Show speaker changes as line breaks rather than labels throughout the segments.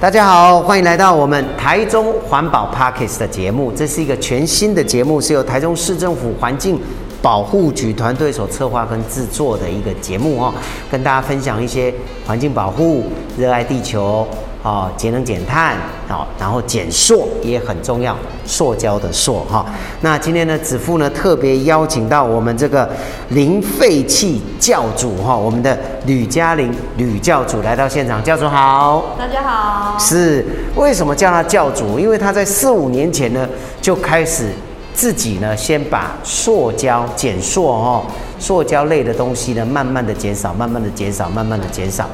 大家好，欢迎来到我们台中环保 Parkes 的节目。这是一个全新的节目，是由台中市政府环境保护局团队所策划跟制作的一个节目哦，跟大家分享一些环境保护、热爱地球、哦节能减碳、哦然后减塑也很重要，塑胶的塑哈、那今天呢，子富呢特别邀请到我们这个零废弃教主哈、我们的吕嘉玲吕教主来到现场，教主好。
大家好，
是为什么叫他教主？因为他在四五年前呢就开始自己呢先把塑胶减塑哦，塑胶类的东西呢慢慢的减少，慢慢的减少，慢慢的减少。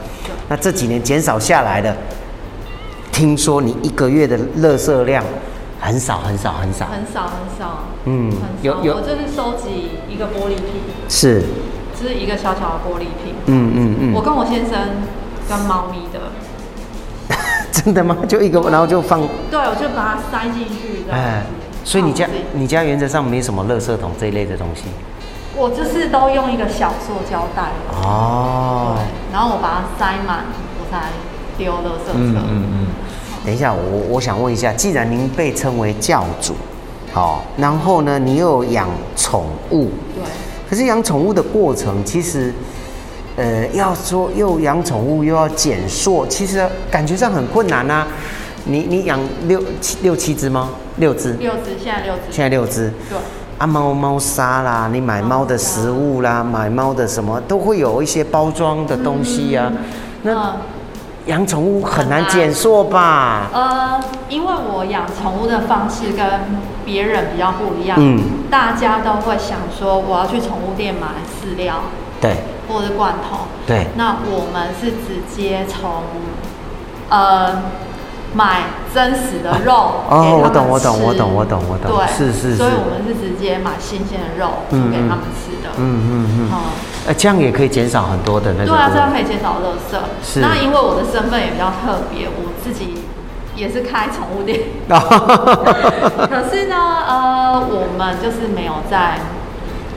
那这几年减少下来了，听说你一个月的垃圾量很少很少很少，
很少很少，
嗯
很少
有有
我就是收集一个玻璃瓶，
是，
只是一个小小的玻璃瓶，
嗯嗯嗯，
我跟我先生跟猫咪的，
真的吗？就一个，然后就放，
对，我就把它塞进去这样
哎
子。，
所以你家
放进去
你家原则上没什么垃圾桶这一类的东西
我就是都用一个小塑胶袋，
哦。
对，然后我把它塞满，我才丢垃圾车。
嗯嗯嗯。等一下，我我想问一下，既然您被称为教主，好、然后呢，你又有养宠物，
对，
可是养宠物的过程，其实，呃，要说又养宠物又要减塑，其实感觉上很困难啊。你你养六七六七只吗？六只，
六只现在六只，
现在六只。
对，
啊，猫猫砂啦，你买猫的食物啦，买猫的什么都会有一些包装的东西呀、啊。那
嗯
养宠物很
很
难
难
减塑吧？
呃，因为我养宠物的方式跟别人比较不一样，
嗯
大家都会想说我要去宠物店买饲料
对
或者罐头，
对，
那我们是直接从呃买真实的肉
哦
给他们
我懂
吃
我懂我懂我懂我懂
对，
是是是
所以我们是直接买新鲜的肉
嗯
给他们吃的，
嗯嗯嗯，
哦
呃，这样也可以减少很多的那个。
对啊，这样可
以。
以减少垃圾。
是
那因为我的身份也比较特别，我自己也是开宠物店。可是呢，呃，我们就是没有在，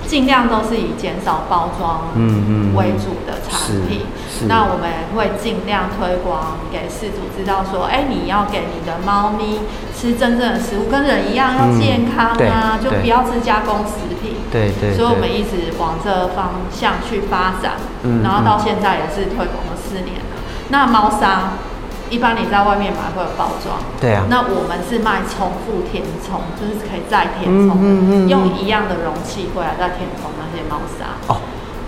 尽量都是以减少包装
嗯嗯嗯
为主的产品。
是是
那我们会尽量推广给饲主知道说，哎、你要给你的猫咪吃真正的食物，跟人一样要
嗯
健康啊，
对
就
对
不要吃加工食品。
对对
所以
对
我们一直往这方向去发展，
嗯
然后到现在也是推广了四年了。那猫砂，一般你在外面买会有包装，
对啊
那我们是卖重复填充，就是可以再填充
嗯
的，
嗯嗯嗯
用一样的容器回来再填充那些猫砂。
哦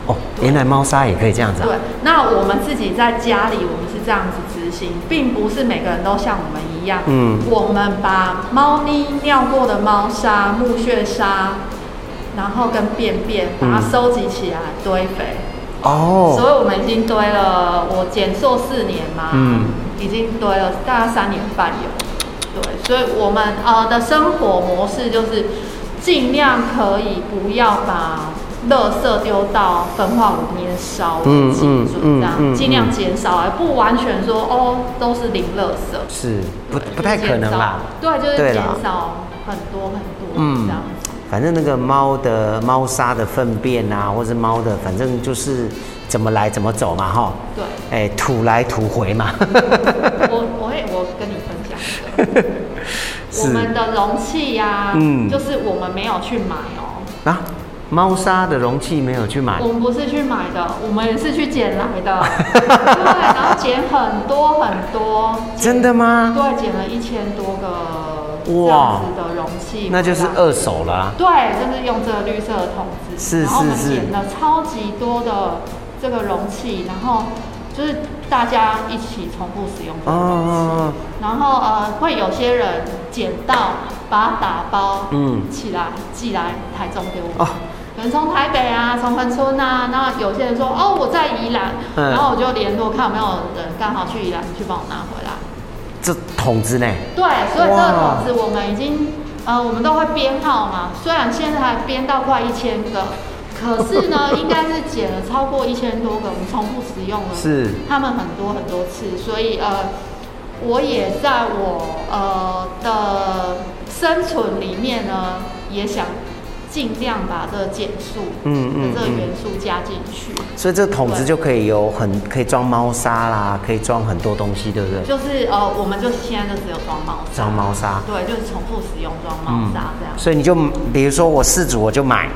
哦，原来猫砂也可以这样子啊。
对，那我们自己在家里，我们是这样子执行，并不是每个人都像我们一样。
嗯
我们把猫咪尿过的猫砂、木屑砂，然后跟便便，把它
嗯
收集起来堆肥。所
哦，
以我们已经堆了，我减硕四年嘛，
嗯
已经堆了大概三年半有。对，所以我们呃的生活模式就是尽量可以不要把垃圾丢到焚化炉里面烧
嗯
为基准，
嗯嗯
这
嗯
样尽量减少，而不完全说哦都是零垃圾，
是不
对
不太可能啦。
就是减少对，就是
对
减
啦
少很多很多
嗯
这样子。
反正那个猫的猫砂的粪便啊，或者猫的，反正就是怎么来怎么走嘛，哈。
对
哎，土来土回嘛。
我我会我跟你分享一个， 我们的容器呀、
嗯
就是我们没有去买哦，
啊，猫砂的容器没有去买
我。们不是去买的，我们也是去捡来 的，对，然后捡很多很多，
真的吗？
对，捡了一千多个这
哇
样子的容器回来，
那就是二手了啊。
对，就是用这个绿色的桶子，
是
然后我们
是是
捡了超级多的这个容器，然后就是大家一起重复使用这
哦
个容器。
哦，哦
然后呃，会有些人捡到，把它打包，
嗯
起来寄来台中给我。
哦
有人从台北啊，从恒春啊，然后有些人说哦我在宜兰，
嗯
然后我就联络看有没有人刚好去宜兰去帮我拿回来。
这桶子呢？
对，所以这个
哇
桶子我们已经呃我们都会编号嘛，虽然现在还编到快一千个，可 是呢应该是减了超过一千多个，我们重复使用了。
是
他们很多很多次，所以呃，我也在我呃的生存里面呢，也想尽量把这个减速
嗯
的
嗯
这个
嗯
元素加进去，
所以这个桶子就可以有很可以装猫砂啦，可以装很多东西，对不对？
就是呃，我们就现在就只有装猫砂，
装猫砂
对，就是重复使用装猫砂这样，
所以你就比如说我四组我就买，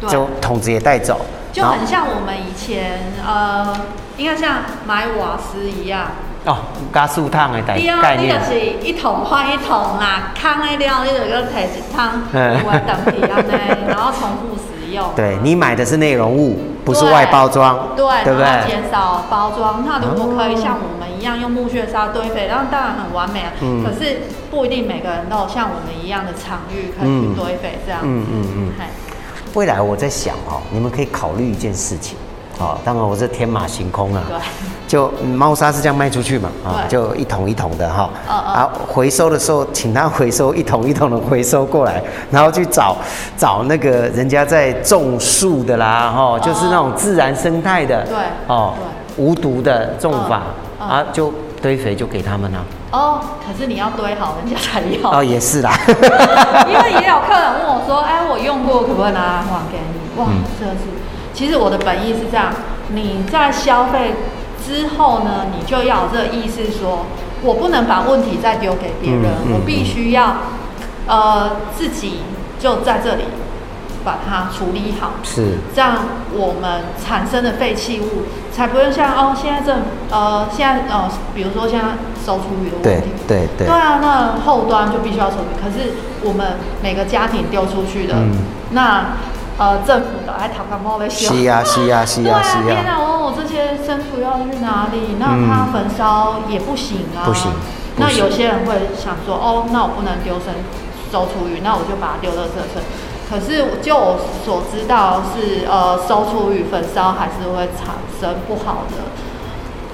对
就桶子也带走，
就很像我们以前呃，应该像买瓦斯一样，
然后哦，加速烫的概
你啊，
概
你就
念，
是一桶换一桶啦，空的了，你就搁摕一桶，
嗯
我等皮安尼，然后重复使用。
对你买的是内容物，不是
对
外包装，
对，
对不
然后
对？
减少包装。那如果可以像我们一样用木屑沙堆肥，那当然很完美啊。
嗯
可是不一定每个人都有像我们一样的场域可以去堆肥这样子。
嗯嗯嗯
嗨
未来我在想哦，你们可以考虑一件事情，哦，当然我是天马行空啊，
对，
就嗯猫砂是这样卖出去嘛，啊，
对
就一桶一桶的哈，
嗯嗯
啊，回收的时候请他回收一桶一桶的回收过来，然后去找找那个人家在种树的啦，哈，就是那种自然生态的，
嗯对
哦，无毒的种法
嗯嗯
啊，就堆肥就给他们啦，
哦，可是你要堆好，人家才 要。
哦，也是 啦，
因为也有客人问我说：“哎，我用过，可不可以拿来还给你？”哇，
嗯
真的是，其实我的本意是这样，你在消费之后呢，你就要有这个意识说，我不能把问题再丢给别人，
嗯嗯
我必须要呃自己就在这里把它处理好。
是，
这样我们产生的废弃物才不用像哦，现在这呃，现在呃，比如说现在收厨余的问
对
题，
对对
对，啊，那后端就必须要处理。可是我们每个家庭丢出去的，
嗯
那呃政府的来讨干包的修，
是 啊是啊是
对
啊
啊，
是
天
啊，
哪！我我这些牲畜要去哪里？那
嗯
它焚烧也不行啊，
不行不
那
行
有些人会想说，哦，那我不能丢生收厨余，那我就把它丢到这车。可是我就我所知道是，呃，收厨余焚烧还是会产生不好的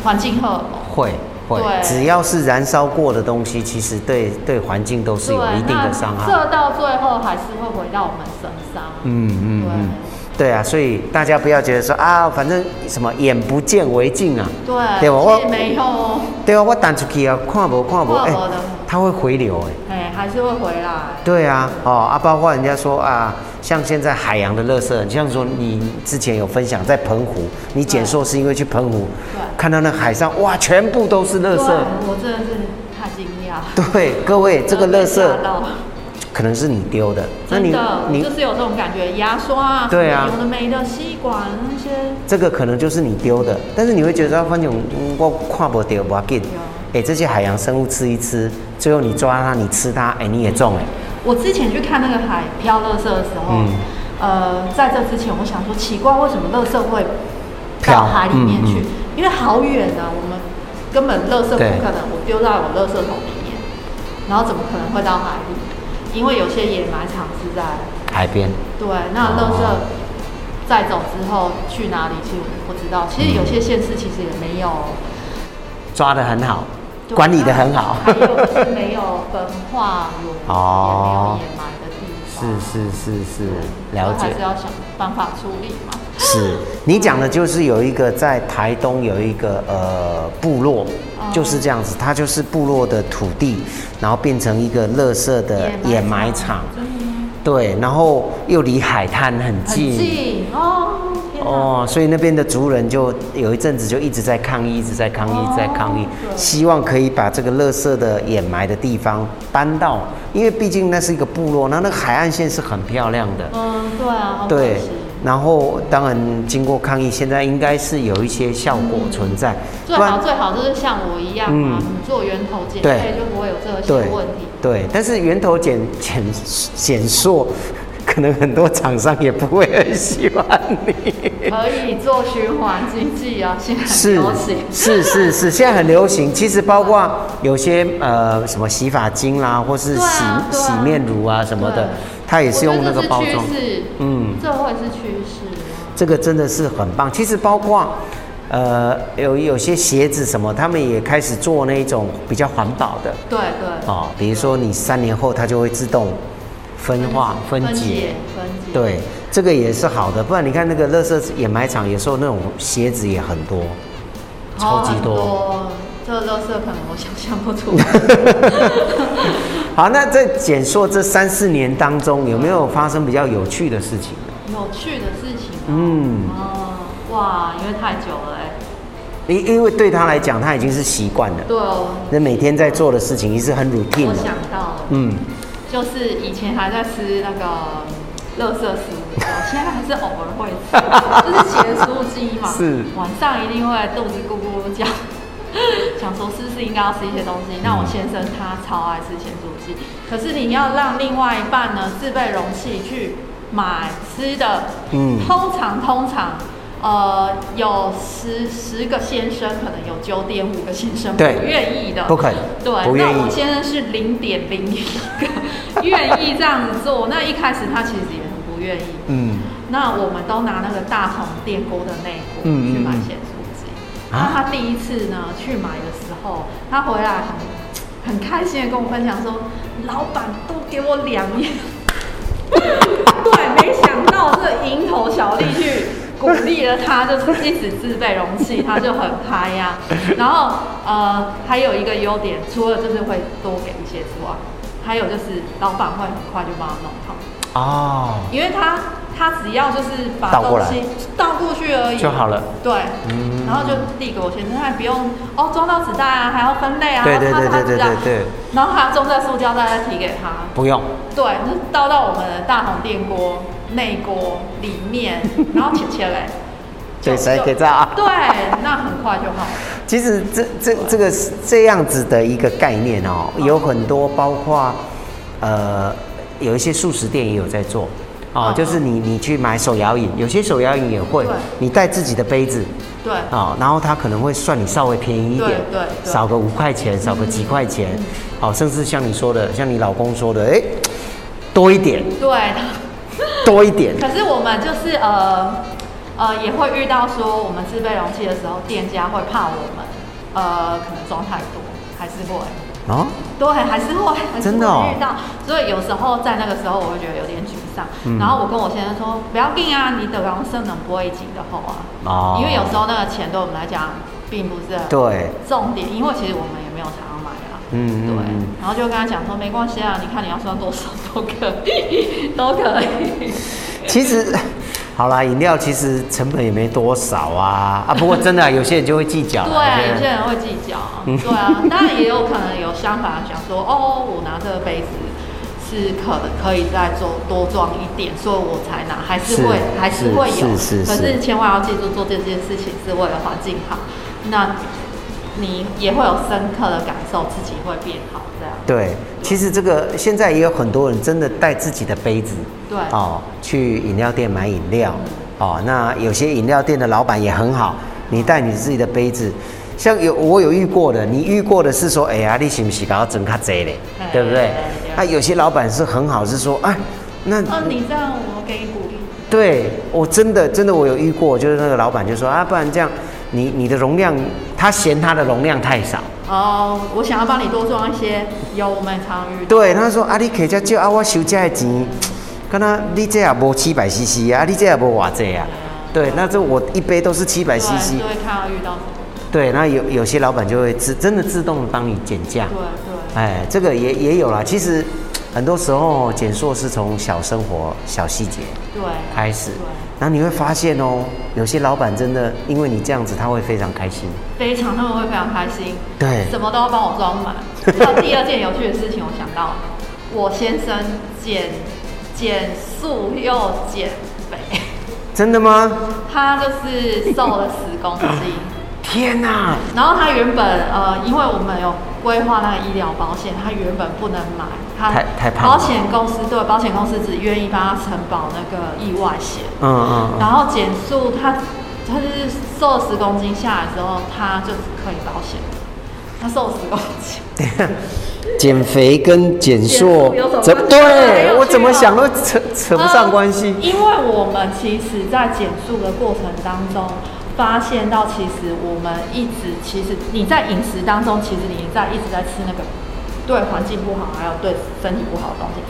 环境荷尔蒙。
会。会，
对
只要是燃烧过的东西，其实对对环境都是有一定的伤害。
对那这到最后还是会回到我们身上。
嗯嗯
对
嗯，对啊，所以大家不要觉得说啊，反正什么眼不见为净啊，
对，
对吧我
其实没用哦，
对啊，我弹出去啊，看不看不，
看不的
它会回流哎、
哎，还是会回来。
对啊，哦啊，包括人家说啊，像现在海洋的垃圾，你像说你之前有分享在澎湖，你减
对
寿是因为去澎湖
对
看到那海上哇，全部都是垃
对，啊
圾。
我真的是太惊讶。
对，各位，这个
真的
垃
被
圾
吓到
可能是你丢的，那
真
你
的，
你
就是有这种感觉，牙刷啊，
对啊
有的没的，吸管那些，
这个可能就是你丢的，但是你会觉得反正嗯我看不到，不要紧。哎、这些海洋生物吃一吃，最后你抓它，你吃它，哎、你也中哎、
我之前去看那个海漂垃圾的时候，
嗯
呃，在这之前我想说奇怪，为什么垃圾会
漂
到海里面
嗯
去？
嗯
因为好远啊，我们根本垃圾不
对
可能我丢在我垃圾桶里面，然后怎么可能会到海里？因为有些掩埋场是在
海边，
对，那垃圾
哦
再走之后去哪里去？我不知道。其实有些县市其实也没有。
抓得很好，
对啊
管理得很好。
还有就是没有焚化炉，
哦
也没有掩埋的地方，
是是是是，
对
了解
还是。要想办法处理嘛。
是你讲的，就是有一个在台东有一个呃部落，
嗯
就是这样子，它就是部落的土地，然后变成一个垃圾的掩埋场，
真的吗？
对，然后又离海滩很
很
近，
近哦，天哪！
哦，所以那边的族人就有一阵子就一直在抗议，一直在抗议，
哦
一直在抗议，
对
希望可以把这个垃圾的掩埋的地方搬到，因为毕竟那是一个部落，那那个海岸线是很漂亮的，
嗯，对啊，好可
对
惜。
然后当然经过抗议，现在应该是有一些效果存在，
嗯最好最好就是像我一样啊，
嗯
你做源头减
对
配就不会有这些
对
问题。
对，但是源头减减减塑，可能很多厂商也不会很喜欢你。
可以做循环经济啊，现在很
是
流行。
是是是，现在很流行。其实包括有些呃什么洗发精啦，或是
对
洗、
啊对啊
洗面乳啊什么的
对，
它也是用那个包
我觉得
装
这。是趋势，
嗯
嗯，这会是趋势啊。
这个真的是很棒。其实包括呃有有些鞋子什么，他们也开始做那种比较环保的
对对，
哦，比如说你三年后它就会自动分化分
分
解
解，分解，
对，这个也是好的。不然你看那个垃圾掩埋场，有时候那种鞋子也很多，
好
超级
很
多
多。这个垃圾可能我想象不出来。
好，那在简硕这三四年当中，有没有发生比较有趣的事情？
有趣的事情、哦。
嗯
哦，哇，因为太久了哎。
因因为对他来讲，他已经是习惯了，
对哦，
那每天在做的事情也是很 routine
我
的。
想到了，
嗯，
就是以前还在吃那个垃圾食物，哦现在还是偶尔会吃，这是节食物之一嘛。
是
晚上一定会肚子咕咕叫， 想说是不是应该要吃一些东西？那我先生他超爱吃咸酥鸡，可是你要让另外一半呢自备容器去买吃的，
嗯
通常通常。呃，有十十个先生，可能有九点五个先生不
对
愿意的，
不可以
对，
不愿
那
意
我先生是零点零一个愿意这样子做，那一开始他其实也很不愿意。
嗯，
那我们都拿那个大桶电锅的内锅
嗯嗯
去买
嗯
咸酥鸡。然
啊
后他第一次呢去买的时候，他回来很很开心的跟我分享说：“老板都给我两样。” 对，没想到这蝇头小利去鼓励了他，就是一直自备容器，他就很嗨呀、然后呃，还有一个优点，除了就是会多给一些之外，还有就是老板会很快就帮他弄好。
哦，
因为他他只要就是把
倒过
东
来
西倒过去而已
就好了。
对，
嗯
然后就递给我先生，他也不用哦装到纸袋啊，还要分类啊，
对对
然后
对对
他他
对
知道
对对，
然后还要装在塑胶袋再提给他。
不用，
对，就是倒到我们的大红电锅内锅里面，然后切切 嘞。
对
就
谁给这啊
对，那很快就好了。
其实这这这个是这样子的一个概念哦，有很多包括呃有一些素食店也有在做。哦
嗯，
就是你你去买手摇饮，有些手摇饮也会
对，
你带自己的杯子，
对，
哦，然后他可能会算你稍微便宜一点，
对对对嗯
少个五块钱，少个几块钱，好、甚至像你说的，像你老公说的，哎，多一 点，
对。
多一点，
可是我们就是呃呃也会遇到说，我们自备容器的时候，店家会怕我们呃可能装太多，还是会。
哦，
对，还是会，还是
真的哦
会遇到，所以有时候在那个时候，我会觉得有点沮丧。
嗯
然后我跟我先生说，不要紧啊，你的容生能不会紧的后啊，
哦
因为有时候那个钱对我们来讲并不是很
对，
重点，因为其实我们也没有常常买啊。
嗯嗯
对
嗯。
然后就跟他讲说，没关系啊，你看你要算多少都可以， 都可以。
其实 好啦，饮料其实成本也没多少啊，啊，不过真的 啊、有些人就会计较啦，
对，
不
有些人会计较啊，
嗯
对啊，当然也有可能有相反想说，哦，我拿这个杯子是可能可以再做多装一点，所以我才拿，还是会
是
还是会
是
有，
是是
可是千万要记住做这件事情是为了环境好，那你也会有深刻的感受，自己会变好这样。
对，其实这个现在也有很多人真的带自己的杯子，
对
哦，去饮料店买饮料，哦，那有些饮料店的老板也很好，你带你自己的杯子，像有我有遇过的，你遇过的是说，哎呀，你是不是搞到整卡贼嘞
哎，
对不对
对？
那有些老板是很好，是说，哎，那
哦，你这样我给你鼓励，
对我真的真的我有遇过，就是那个老板就说啊，不然这样，你你的容量，他嫌他的容量太少。
哦，我想要帮你多装一些，有我们也常遇到。
对，他说啊，你客家借啊，我收这的钱，跟他你这也无七百 CC 啊，你这也无偌济啊。对，那这我一杯都是七百
对，
CC
就。会看到遇到什么，
对，那有有些老板就会自真的自动帮你减价
对。对，
哎，这个也也有啦。其实很多时候减塑是从小生活、小细节
对，
开始
对。
然后你会发现哦，有些老板真的因为你这样子，他会非常开心。
非常，他们会非常开心，
对
什么都要帮我装满。还有第二件有趣的事情，我想到了， 我先生减减速又减肥，
真的吗？
他就是瘦了十 公斤。
天哪、
然后他原本呃，因为我们有规划那个医疗保险，他原本不能买，他
太太胖了
保险公司对保险公司只愿意帮他承保那个意外险。
嗯嗯嗯。
然后减速他，他就是瘦十公斤下来之后，他就是可以保险。他瘦十公斤，
减肥跟减
减
塑
速有什么
怎
关系很有趣
对
哦
哎我怎么想都扯扯不上关 系嗯
呃。因为我们其实，在减速的过程当中，发现到其实我们一直，其实你在饮食当中，其实你在一直在吃那个对环境不好，还有对身体不好的东西。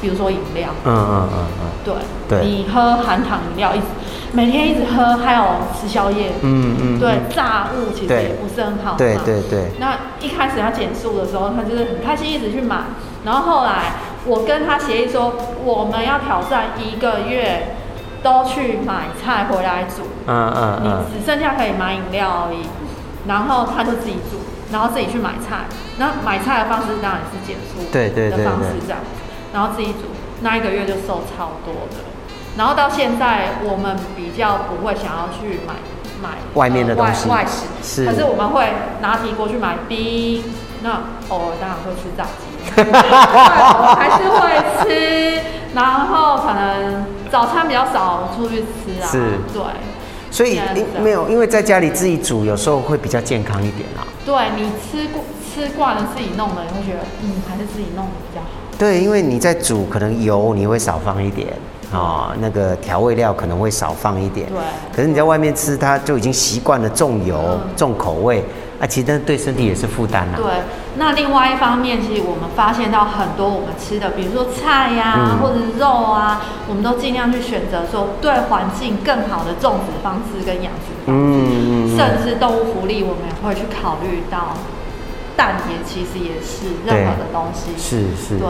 比如说饮料，
嗯嗯嗯嗯，
对，
对
你喝含糖饮料一直每天一直喝，还有吃宵夜，
嗯嗯嗯
对，炸物其实
对
也不是很好嘛，
对对对
那一开始他减速的时候，他就是很开心，一直去买。然后后来我跟他协议说，我们要挑战一个月都去买菜回来煮，
嗯嗯嗯
你只剩下可以买饮料而已。然后他就自己煮，然后自己去买菜。那买菜的方式当然是减速
对对对
的方
对
式这样，然后自己煮，那一个月就瘦超多的。然后到现在，我们比较不会想要去买买
外面的
呃
东西
外外食，
是
可是我们会拿提锅去买冰，那偶尔当然会吃炸 鸡，对我还是会吃，然后可能早餐比较少出去吃啊，
是
对。
所以
现在是
因
这样
没有，因为在家里自己煮，有时候会比较健康一点啊啦。
对你吃过吃惯了自己弄的，你会觉得嗯，还是自己弄的比较好。
对，因为你在煮，可能油你会少放一点，哦，那个调味料可能会少放一点。
对
可是你在外面吃，它就已经习惯了重油、
嗯
重口味，啊，其实那对身体也是负担啊啦。
对，那另外一方面，其实我们发现到很多我们吃的，比如说菜呀、
嗯
或者是肉啊，我们都尽量去选择说对环境更好的种植方式跟养殖方式，
嗯嗯嗯
甚至动物福利，我们也会去考虑到。蛋也其实也是任何的东西，
是是。
对，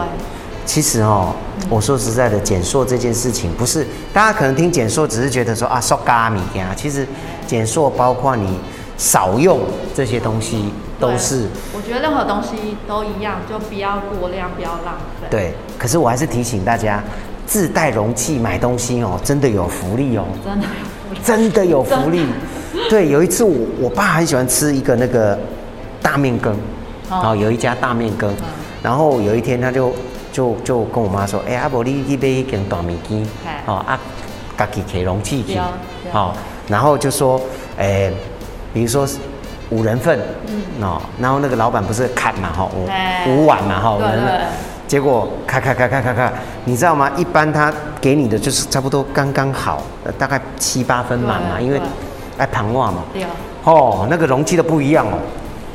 其实哦，我说实在的，减塑这件事情不是大家可能听减塑只是觉得说啊，塑嘎米啊，其实减塑包括你少用这些东西都
对
是。
我觉得任何东西都一样，就不要过量，不要浪费。
对，可是我还是提醒大家，自带容器买东西哦，真的有福利哦，
真的有
真的有福利
真。
对，有一次我我爸很喜欢吃一个那个大面羹，
哦嗯
然后有一家大面羹，然后有一天他就就就跟我妈说，哎、阿伯你去买一根大面羹，
嘿
哦啊，家己摕容器去
对啊，对啊
哦，然后就说，哎、比如说。五人份，嗯，哦，然后那个老板不是砍嘛，哈、五
哎
五碗嘛，哈、五
对
人份
对
结果咔咔咔咔咔咔，你知道吗？一般他给你的就是差不多刚刚好，呃大概七八分满嘛，
对
因为
对
爱盘袜嘛。
对啊
哦，那个容器都不一样哦，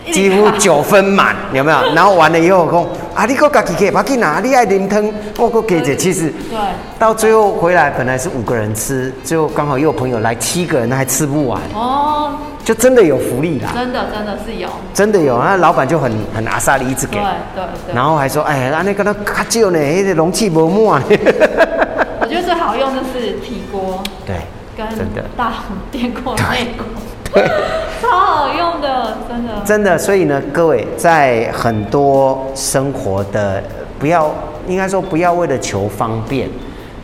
一
几
定
乎
看
九分满，有没有？然后完了以后我说啊，你给我自己给，把给拿，你爱淋汤，我给我给姐。其实
对
到最后回来本来是五个人吃，最后刚好又有朋友来七个人，还吃不完，
哦，
就真的有福利啦，
真的真的是有，
真的有。那老板就很很阿萨里一直给
对。对对。
然后还说，哎，安尼敢若较少呢，迄、个容器无 满。
我觉得最好用就是提锅
对，
跟
真的，
大红电锅内锅
对，
超好用的，真的。
真的。所以呢，各位在很多生活的，不要应该说不要为了求方便，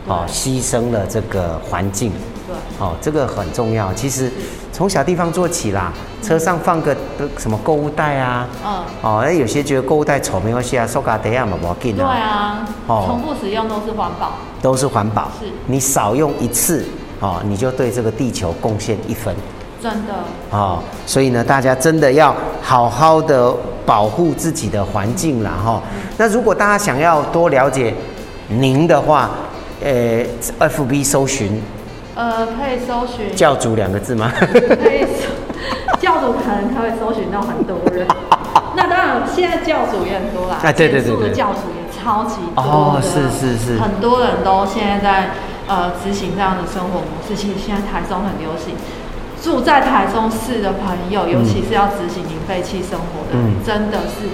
哦，牺牲了这个环境。
对
哦，这个很重要。其实从小地方做起啦，车上放个呃什么购物袋啊，
嗯
哦，那有些觉得购物袋丑没关系啊，收卡袋啊嘛无要紧
对啊，
哦
重复使用都是环保。
都是环保。
是
你少用一次，哦，你就对这个地球贡献一分。
真的，
哦，所以呢，大家真的要好好的保护自己的环境啦，哈、那如果大家想要多了解您的话，呃，FB 搜寻
呃，可以搜
“
寻
教主”两个字吗？
可以搜教主可能他会搜寻到很多 人。那当然，现在教主也很多啦，
啊对对对
减速的
对
教主也超级多的
哦是是是
很多人都现在在呃执行这样的生活模式。其实现在台中很流行，住在台中市的朋友，尤其是要执行零废弃生活的人，
嗯
真的是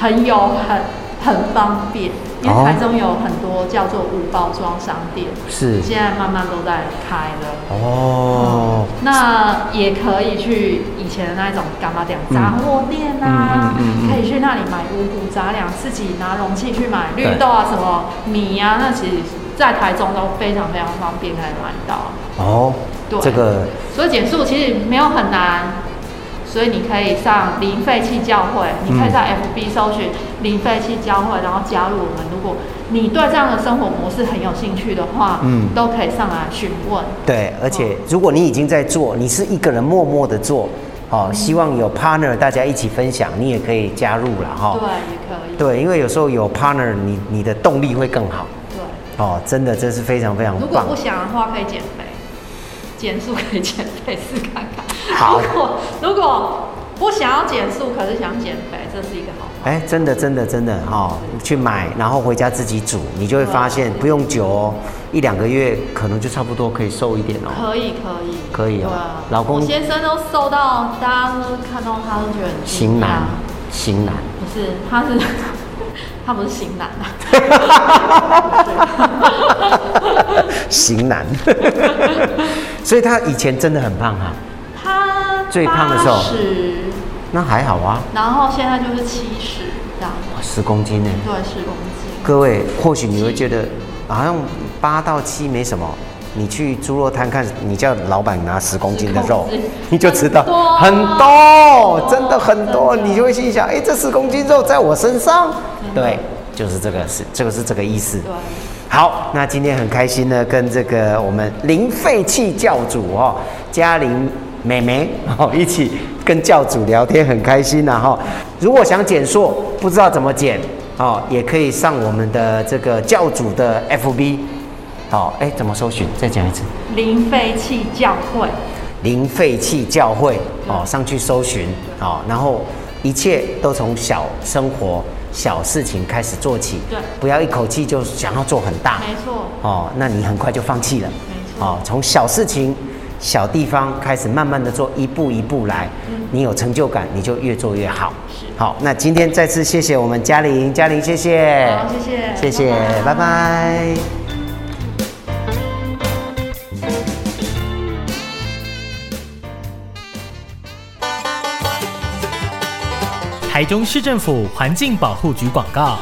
很有很很方便。因
哦
为台中有很多叫做无包装商店，
是
现在慢慢都在开了。
哦，
那也可以去以前的那一种干嘛店、
嗯
杂货店啊，
嗯嗯嗯嗯
可以去那里买五谷杂粮，自己拿容器去买绿豆啊、什么米啊，那其实在台中都非常非常方便可以买到。
哦
对，
这个
所以减速其实没有很难，所以你可以上零废弃教会，你
嗯
可以在 FB 搜寻零废弃教会，然后加入我们。如果你对这样的生活模式很有兴趣的话，
嗯
都可以上来询问。
对，而
哦
且如果你已经在做，你是一个人默默的做，哦，
嗯
希望有 partner 大家一起分享，你也可以加入了哈、
对，也可以。
对，因为有时候有 partner，你你的动力会更好。
对。
哦，真的，这是非常非常
如果
棒
不。想的话，可以减肥，减速可以减肥试看看。
好
如果如果不想要减速，可是想减肥，这是一个好。
哎，真的，真的，真的哦，去买，然后回家自己煮，你就会发现不用久哦，一两个月可能就差不多可以瘦一点哦。
可以可
可
以
以哦
对啊
老公
我先生都瘦到大家都看到他都觉得很惊
型男
讶，
型男，
不是他是 他不是型男啊，
型男， 所以他以前真的很胖哈、
他
最胖的时候
十，
那还好啊，
然后现在就是七十这样，
十公斤呢。
对，十公斤，
各位，或许你会觉得好像八到七没什么，你去猪肉摊看，你叫老板拿十公斤的肉
10公斤，
你就知道很
很
多啊
多，
真的很多，
真的
你就会心想，哎，这十公斤肉在我身上，
真的
对，就是这个是这个是这个意思。
对，
好，那今天很开心呢，跟这个我们零废弃教主哦，嘉玲妹妹 哦，一起跟教主聊天，很开心啊呐、哈、如果想减塑，不知道怎么减哦，也可以上我们的这个教主的 FB。好、哎，怎么搜寻？再讲一次，
零废弃教会，
零废弃教会哦，上去搜寻哦，然后一切都从小生活、小事情开始做起，
对
不要一口气就想要做很大，
没错，
哦，那你很快就放弃了。
没错
哦，从小事情、小地方开始，慢慢的做，一步一步来，
嗯
你有成就感，你就越做越好。好，那今天再次谢谢我们嘉玲，嘉玲谢谢，
好谢
谢
谢
谢，拜
拜拜
拜
台中市政府环境保护局广告。